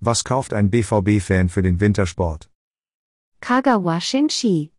Was kauft ein BVB-Fan für den Wintersport? Kagawa Shinchi.